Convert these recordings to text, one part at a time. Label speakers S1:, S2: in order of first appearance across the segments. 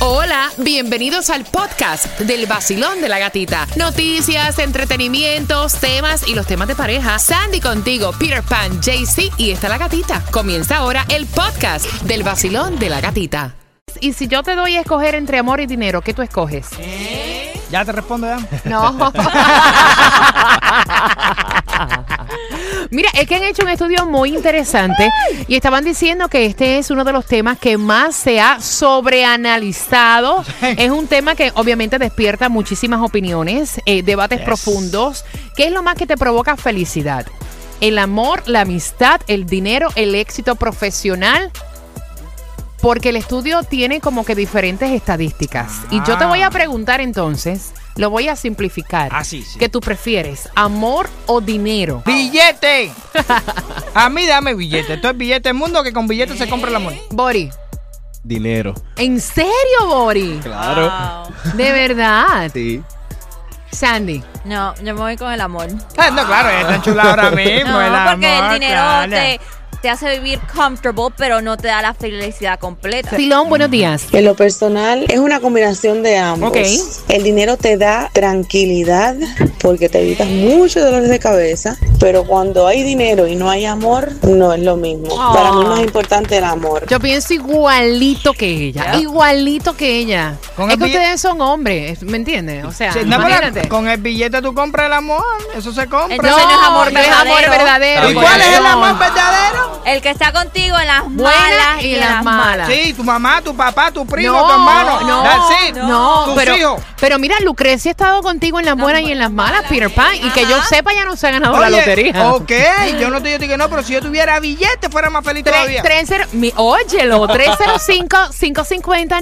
S1: Hola, bienvenidos al podcast del vacilón de la gatita. Noticias, entretenimientos, temas y los temas de pareja. Sandy contigo, Peter Pan, JC y está la gatita. Comienza ahora el podcast del vacilón de la gatita. Y si yo te doy a escoger entre amor y dinero, ¿qué tú escoges?
S2: Ya te respondo ya.
S1: No. Mira, es que han hecho un estudio muy interesante y estaban diciendo que este es uno de los temas que más se ha sobreanalizado. Es un tema que obviamente despierta muchísimas opiniones, eh, debates
S2: Yes.
S1: profundos. ¿Qué es lo más que te provoca felicidad? El amor, la amistad, el dinero, el éxito profesional. Porque el estudio tiene como que diferentes estadísticas. Y yo te voy a
S2: Ah.
S1: preguntar entonces, lo voy a simplificar.
S2: Ah, sí, sí.
S1: ¿Qué tú prefieres, amor o dinero?
S2: ¡Billete! A mí dame billete. Esto es billete. El mundo que con billete se compra el amor.
S1: Bori.
S3: Dinero.
S1: ¿En serio, Bori?
S3: Claro.
S1: De verdad.
S3: Sí.
S1: Sandy.
S4: No, yo me voy con el amor.
S2: Ah, no, claro, ella está enchulada ahora mismo.
S4: No,
S2: el
S4: porque
S2: amor,
S4: el dinero
S2: claro.
S4: te, te hace vivir comfortable, pero no te da la felicidad completa.
S1: Silón, buenos días.
S5: En lo personal es una combinación de ambos.
S1: Ok.
S5: El dinero te da tranquilidad porque te evitas muchos dolores de cabeza, pero cuando hay dinero y no hay amor, no es lo mismo.
S1: Ah.
S5: Para mí es más importante el amor.
S1: Yo pienso igualito que ella.
S4: Ya.
S1: Igualito que ella.
S2: Con
S1: es
S2: el
S1: que
S2: bill-
S1: ustedes son hombres, ¿me entiendes? O sea,
S2: Sí, no, pero
S1: imagínate.
S2: con el billete tú compras el amor. Eso se compra.
S4: Entonces, no es amor
S1: no es amor
S4: verdadero.
S1: verdadero. pues,
S2: ¿Y cuál es el
S1: corazón.
S2: amor verdadero?
S4: El que está contigo en las
S1: Buenas
S4: malas
S1: y las malas.
S2: Sí, tu mamá, tu papá, tu primo, tu hermano.
S1: No,
S2: That's it.
S1: no,
S2: Tus
S1: pero,
S2: hijos.
S1: pero mira, Lucrecia ha estado contigo en las buenas y en las malas, Peter Pan, y que yo
S4: Ajá.
S1: sepa ya no se ha ganado la
S2: Oye,
S1: lotería.
S2: Ok, yo no te digo que no, pero si yo tuviera billete fuera más feliz
S1: Tre-
S2: todavía.
S1: tres cero- mi- Óyelo,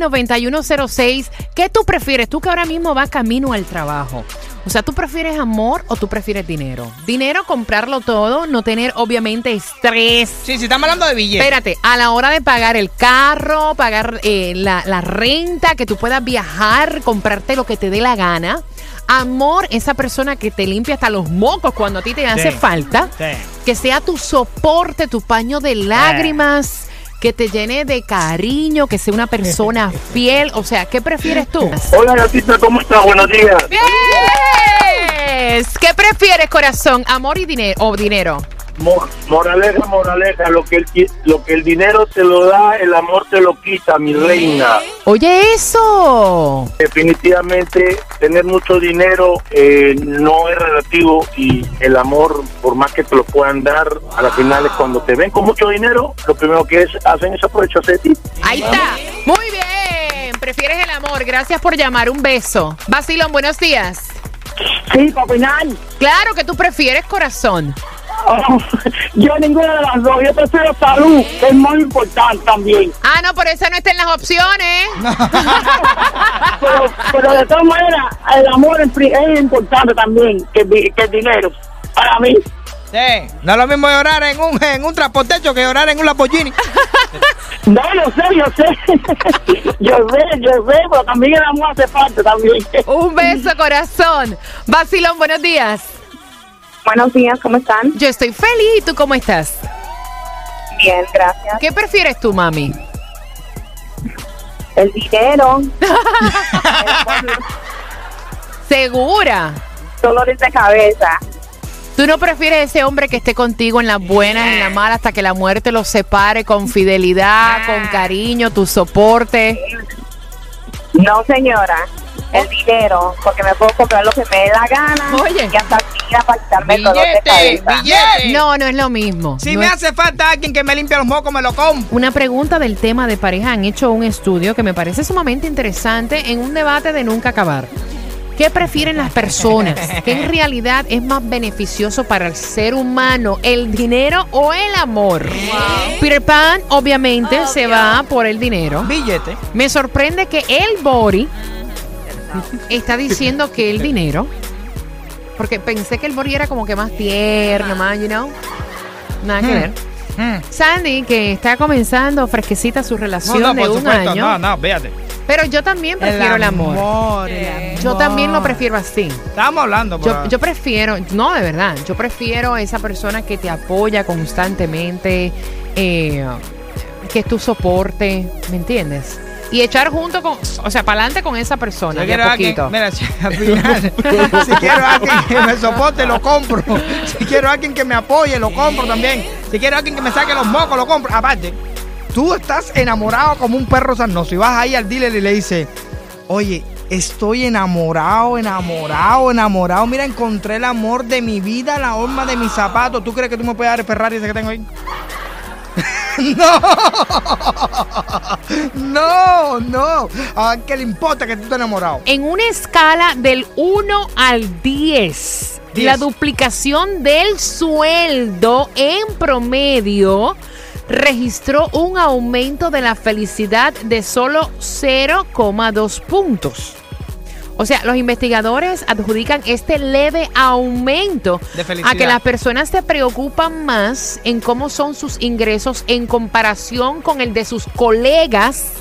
S1: 305-550-9106. ¿Qué tú prefieres? Tú que ahora mismo vas camino al trabajo. O sea, ¿tú prefieres amor o tú prefieres dinero? Dinero, comprarlo todo, no tener obviamente estrés.
S2: Sí, sí, estamos hablando de billete.
S1: Espérate, a la hora de pagar el carro, pagar eh, la, la renta, que tú puedas viajar, comprarte lo que te dé la gana. Amor, esa persona que te limpia hasta los mocos cuando a ti te hace falta
S2: Sí.
S1: que sea tu soporte, tu paño de lágrimas, que te llene de cariño, que sea una persona fiel. O sea, ¿qué prefieres tú?
S6: Hola gatita, ¿cómo estás? Buenos días.
S1: ¡Bien! ¿Qué prefieres, corazón? ¿Amor y dinero o dinero?
S6: Mo- moraleja, moraleja, lo que, el, qui- lo que el dinero te lo da, el amor te lo quita, mi reina.
S1: Oye, eso.
S6: Definitivamente, tener mucho dinero eh, no es relativo y el amor, por más que te lo puedan dar, a la final es cuando te ven con mucho dinero, lo primero que es, hacen es aprovecharse de ti.
S1: Ahí está. Muy bien. Prefieres el amor. Gracias por llamar. Un beso. Basilón, buenos días.
S7: Sí, para opinar.
S1: Claro que tú prefieres corazón.
S7: Oh, yo ninguna de las dos. Yo prefiero salud, que es muy importante también.
S1: Ah, no, por eso no está en las opciones.
S7: Pero, pero de todas maneras, el amor es, pri- es importante también que, el di- que el dinero. Para mí.
S2: Sí, no es lo mismo llorar en un, en un trasportecho que llorar en un Lamborghini.
S7: No, yo sé, yo sé. yo sé, yo sé, pero también el amor hace falta también.
S1: Un beso, corazón. Basilón, buenos días.
S8: Buenos días, ¿cómo están?
S1: Yo estoy feliz. ¿Y tú cómo estás?
S8: Bien, gracias.
S1: ¿Qué prefieres tú, mami?
S8: El dinero,
S1: Segura.
S8: dolores de cabeza.
S1: ¿Tú no prefieres ese hombre que esté contigo en las buenas, en las malas, hasta que la muerte los separe con fidelidad, con cariño, tu soporte?
S8: No, señora. El dinero, porque me puedo comprar lo que me dé la gana.
S1: Oye.
S8: Y hasta mira para quitarme el dolor de
S2: ¡Billete!
S8: cabeza.
S2: ¡Billete!
S1: No, no es lo mismo.
S2: Si
S1: No
S2: me
S1: es-
S2: hace falta alguien que me limpie los mocos, me lo como.
S1: Una pregunta del tema de pareja. Han hecho un estudio que me parece sumamente interesante en un debate de nunca acabar. ¿Qué prefieren las personas? ¿Qué en realidad es más beneficioso para el ser humano, el dinero o el amor? Peter Pan obviamente se va por el dinero.
S2: Billete.
S1: Me sorprende que el Bori está diciendo que el dinero, porque pensé que el Bori era como que más tierno, más, you know, nada que
S2: Hmm.
S1: ver. Sandy, que está comenzando fresquecita su relación de un año.
S2: No, no, fíjate.
S1: Pero yo también prefiero el amor. Yo también lo prefiero así.
S2: Estábamos hablando,
S1: Yo, yo prefiero, no, de verdad, yo prefiero esa persona que te apoya constantemente, eh, que es tu soporte, ¿me entiendes? y echar junto con, o sea, para adelante con esa persona.
S2: Si
S1: de
S2: quiero
S1: a
S2: a alguien,
S1: poquito.
S2: mira, si, al final, si quiero a alguien que me soporte, lo compro. Si quiero a alguien que me apoye, lo compro también. Si quiero a alguien que me saque los mocos, lo compro. Aparte, tú estás enamorado como un perro sarnoso y vas ahí al dealer y le dices, oye, estoy enamorado, enamorado, enamorado. Mira, encontré el amor de mi vida, la horma de mis zapatos. ¿Tú crees que tú me puedes dar el Ferrari ese que tengo ahí? ¡No! ¡No! ¡No! ¿A qué le importa que tú estés enamorado?
S1: En una escala del 1 al 10,
S2: Diez.
S1: la duplicación del sueldo en promedio registró un aumento de la felicidad de solo 0,2 puntos. O sea, los investigadores adjudican este leve aumento
S2: De felicidad.
S1: a que las personas se preocupan más en cómo son sus ingresos en comparación con el de sus colegas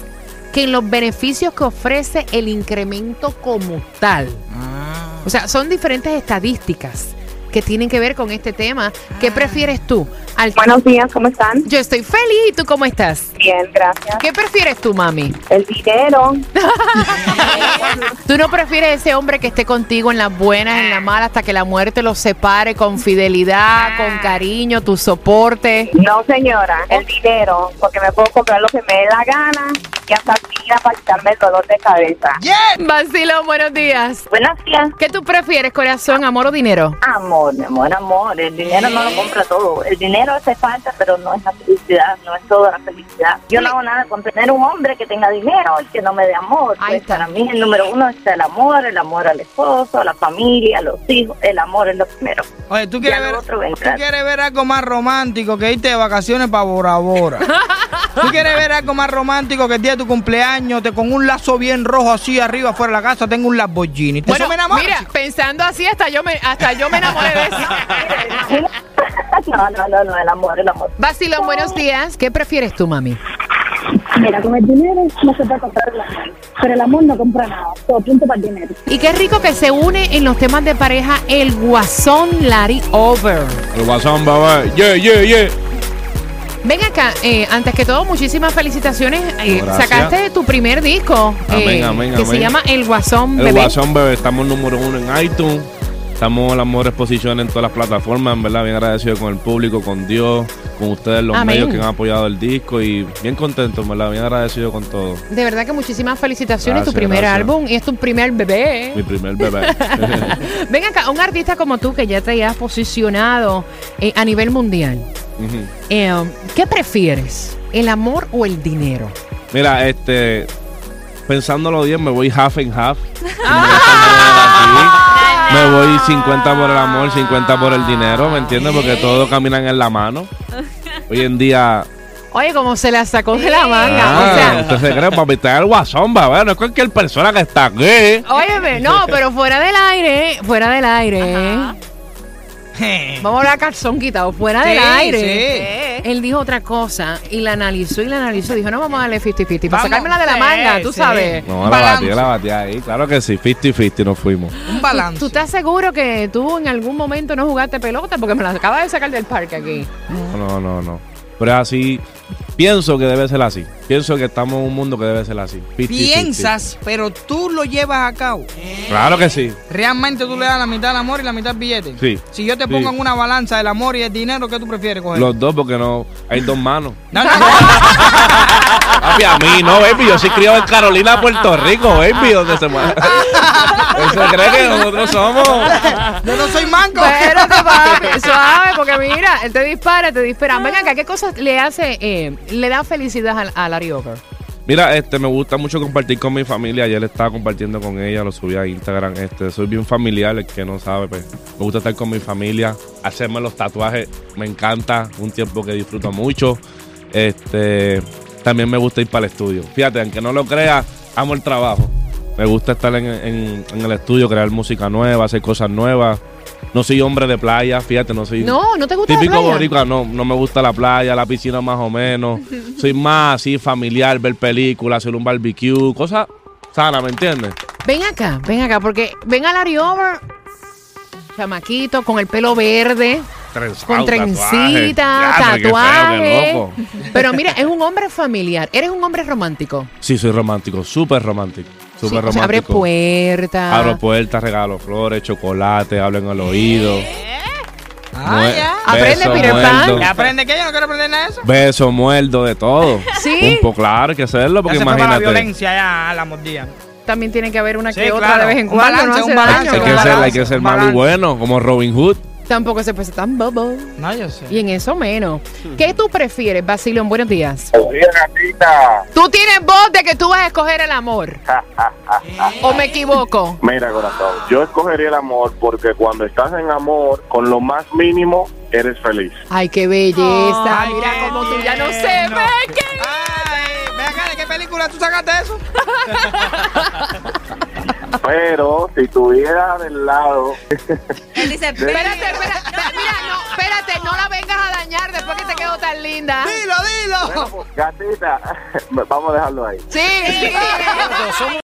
S1: que en los beneficios que ofrece el incremento como tal.
S2: Ah.
S1: O sea, son diferentes estadísticas que tienen que ver con este tema. ¿Qué
S2: Ah.
S1: prefieres tú? Al-
S8: Buenos días, ¿cómo están?
S1: Yo estoy feliz y tú cómo estás.
S8: Bien, gracias.
S1: ¿Qué prefieres tú, mami?
S8: El dinero.
S1: ¿Tú no prefieres ese hombre que esté contigo en las buenas,
S2: Ah.
S1: en las malas, hasta que la muerte los separe con fidelidad,
S2: Ah.
S1: con cariño, tu soporte?
S8: No, señora, el dinero, porque me puedo comprar lo que me dé la gana y hasta tira para quitarme el dolor de cabeza.
S2: ¡Yeah!
S1: Vacilo, buenos días.
S3: Buenos días.
S1: ¿Qué tú prefieres, corazón, amor o dinero?
S3: Amor, mi amor, amor. El dinero no lo compra todo. El dinero hace falta, pero no es la felicidad, no es toda la felicidad. Yo no hago nada con tener un hombre que tenga dinero y que no me dé amor.
S1: Ahí
S3: Pues
S1: está.
S3: Para mí el número uno es el amor, el amor al esposo, a la familia, a los hijos. El amor es lo primero.
S2: Oye, ¿tú quieres,
S3: Ya
S2: ver,
S3: lo otro
S2: tú
S3: vendrá.
S2: quieres ver algo más romántico que irte de vacaciones para Bora Bora. ¿Tú quieres ver algo más romántico que el día de tu cumpleaños te con un lazo bien rojo así arriba fuera de la casa tengo un Lamborghini? ¿Eso me enamora,
S1: mira,
S2: chico?
S1: pensando así hasta yo me, hasta yo me enamoré de eso.
S3: no, no, no, no, el amor, el amor.
S1: Vacilón, buenos días. ¿Qué prefieres tú, mami?
S9: Mira, con el dinero no se puede comprar el amor, pero el amor no compra nada, todo punto para el dinero.
S1: Y qué rico que se une en los temas de pareja el guasón Larry Over.
S10: El guasón, papá. Yeah, yeah, yeah.
S1: Ven acá, eh, antes que todo, muchísimas felicitaciones. Eh,
S10: Gracias.
S1: sacaste tu primer disco
S10: Amén,
S1: eh,
S10: amén,
S1: que se
S10: amén.
S1: llama El Guasón
S10: El
S1: Bebé.
S10: guasón, bebé. Estamos número uno en iTunes. Estamos en las mejores posiciones en todas las plataformas, en verdad. Bien agradecido con el público, con Dios, con ustedes, los
S1: Amén.
S10: medios que han apoyado el disco y bien contento, en verdad. Bien agradecido con todo.
S1: De verdad que muchísimas felicitaciones. tu
S10: Gracias,
S1: primer
S10: gracias.
S1: álbum y es tu primer bebé.
S10: Mi primer bebé.
S1: Ven acá, un artista como tú que ya te has posicionado eh, a nivel mundial,
S10: Ujú.
S1: eh, ¿qué prefieres? ¿El amor o el dinero?
S10: Mira, este. Pensándolo bien, me voy half and half. Me voy 50 por el amor, 50 por el dinero, ¿me entiendes? Porque todos caminan en la mano. Hoy en día.
S1: Oye, como se la sacó de la manga. o
S10: Ah,
S1: sea,
S10: usted se cree, papi, está el guasón, va, no es cualquier persona que está aquí.
S1: óyeme, no, pero fuera del aire, fuera del aire. Vamos a hablar calzón quitado, fuera del
S2: Sí,
S1: aire. Él dijo otra cosa y la analizó y la analizó. Dijo, no, vamos a darle 50-50 para
S2: Vamos,
S1: sacármela de la
S2: sí,
S1: manga, tú
S2: sí.
S1: sabes.
S10: No, la
S2: Balance.
S10: batí, la batí ahí. Claro que sí, 50-50 nos fuimos.
S2: sí. Un balance.
S1: ¿Tú estás seguro que tú en algún momento no jugaste pelota? Porque me la acabas de sacar del parque aquí.
S10: No, no, no, no. Pero es así, pienso que debe ser así. Pienso que estamos en un mundo que debe ser así. 50-50.
S2: Piensas, pero tú lo llevas a cabo.
S10: Claro que sí.
S2: Realmente tú le das la mitad al amor y la mitad al billete.
S10: Sí.
S2: Si yo te
S10: Sí.
S2: pongo en una balanza el amor y el dinero, ¿qué tú prefieres coger?
S10: Los dos, porque no. Hay dos manos.
S2: No, no, no.
S10: Papi, a mí no, baby. Yo soy criado en Carolina, Puerto Rico, baby. Donde se mueve. Eso cree que nosotros somos.
S2: Yo no soy manco.
S1: Espérate, papi, suave, porque mira, él te dispara, te dispara. Venga acá, ¿qué cosas le hace, eh, le da felicidad al- a, Larry Over?
S10: Mira, este, me gusta mucho compartir con mi familia. Ayer estaba compartiendo con ella, lo subí a Instagram. Este, soy bien familiar, el que no sabe, pues. Me gusta estar con mi familia, hacerme los tatuajes, me encanta. Un tiempo que disfruto mucho. Este, también me gusta ir para el estudio. Fíjate, aunque no lo crea, amo el trabajo. Me gusta estar en, en- en el estudio, crear música nueva, hacer cosas nuevas. No soy hombre de playa, fíjate, no soy.
S1: No, ¿no te gusta la
S10: Típico
S1: playa?
S10: boricua, no, no me gusta la playa, la piscina más o menos. Soy más así familiar, ver películas, hacer un barbecue, cosas sanas, ¿me entiendes?
S1: Ven acá, ven acá, porque ven a Larry Over, chamaquito, con el pelo verde,
S10: trenzado,
S1: Con trencita,
S10: tatuaje. Diablo, qué feo, qué
S1: tatuaje.
S10: loco.
S1: Pero mira, es un hombre familiar. Eres un hombre romántico.
S10: Sí, soy romántico, súper romántico. Súper
S1: Sí, o
S10: romántico.
S1: sea, abre puertas.
S10: Abro puertas, regalo flores, chocolate, hablan al oído.
S2: Ah,
S10: Mue-
S2: ya.
S10: Aprende, beso, Peter Pan. muerto.
S2: ¿Ya ¿Aprende que Yo no quiero aprender nada de eso.
S10: Beso, muerdo, de todo.
S1: ¿Sí?
S10: Un poco claro, hay que hacerlo, porque
S2: Ya se fue para la
S10: imagínate.
S2: violencia ya a la mordida.
S1: También tiene que haber una
S2: Sí,
S1: que otra
S2: claro.
S1: de vez en
S2: Un
S1: cuando.
S2: balance,
S1: no
S2: un
S1: hace
S2: balance,
S1: daño,
S10: Hay que
S1: ¿verdad?
S10: ser, hay que ser malo y bueno, como Robin Hood.
S1: Tampoco se pese tan bobo.
S2: No, yo sé.
S1: Y en eso menos. ¿Qué tú prefieres, Basilio? Buenos días.
S6: Gatita.
S1: Tú tienes voz de que tú vas a escoger el amor. ¿O me equivoco?
S6: Mira, corazón, yo escogería el amor porque cuando estás en amor, con lo más mínimo, eres feliz.
S1: Ay, qué belleza.
S2: Ay,
S1: Mira
S2: qué
S1: cómo tú ya no se
S2: tierno.
S1: ve. que-
S2: Ay, ve acá, ¿de qué película tú sacaste eso?
S6: Pero si tuviera del lado...
S4: Él dice,
S1: Espérate, espérate. Mira, no, espérate, no la vengas a dañar después que te quedó tan linda.
S2: Dilo, dilo.
S6: Gatita, vamos a dejarlo ahí.
S1: Sí.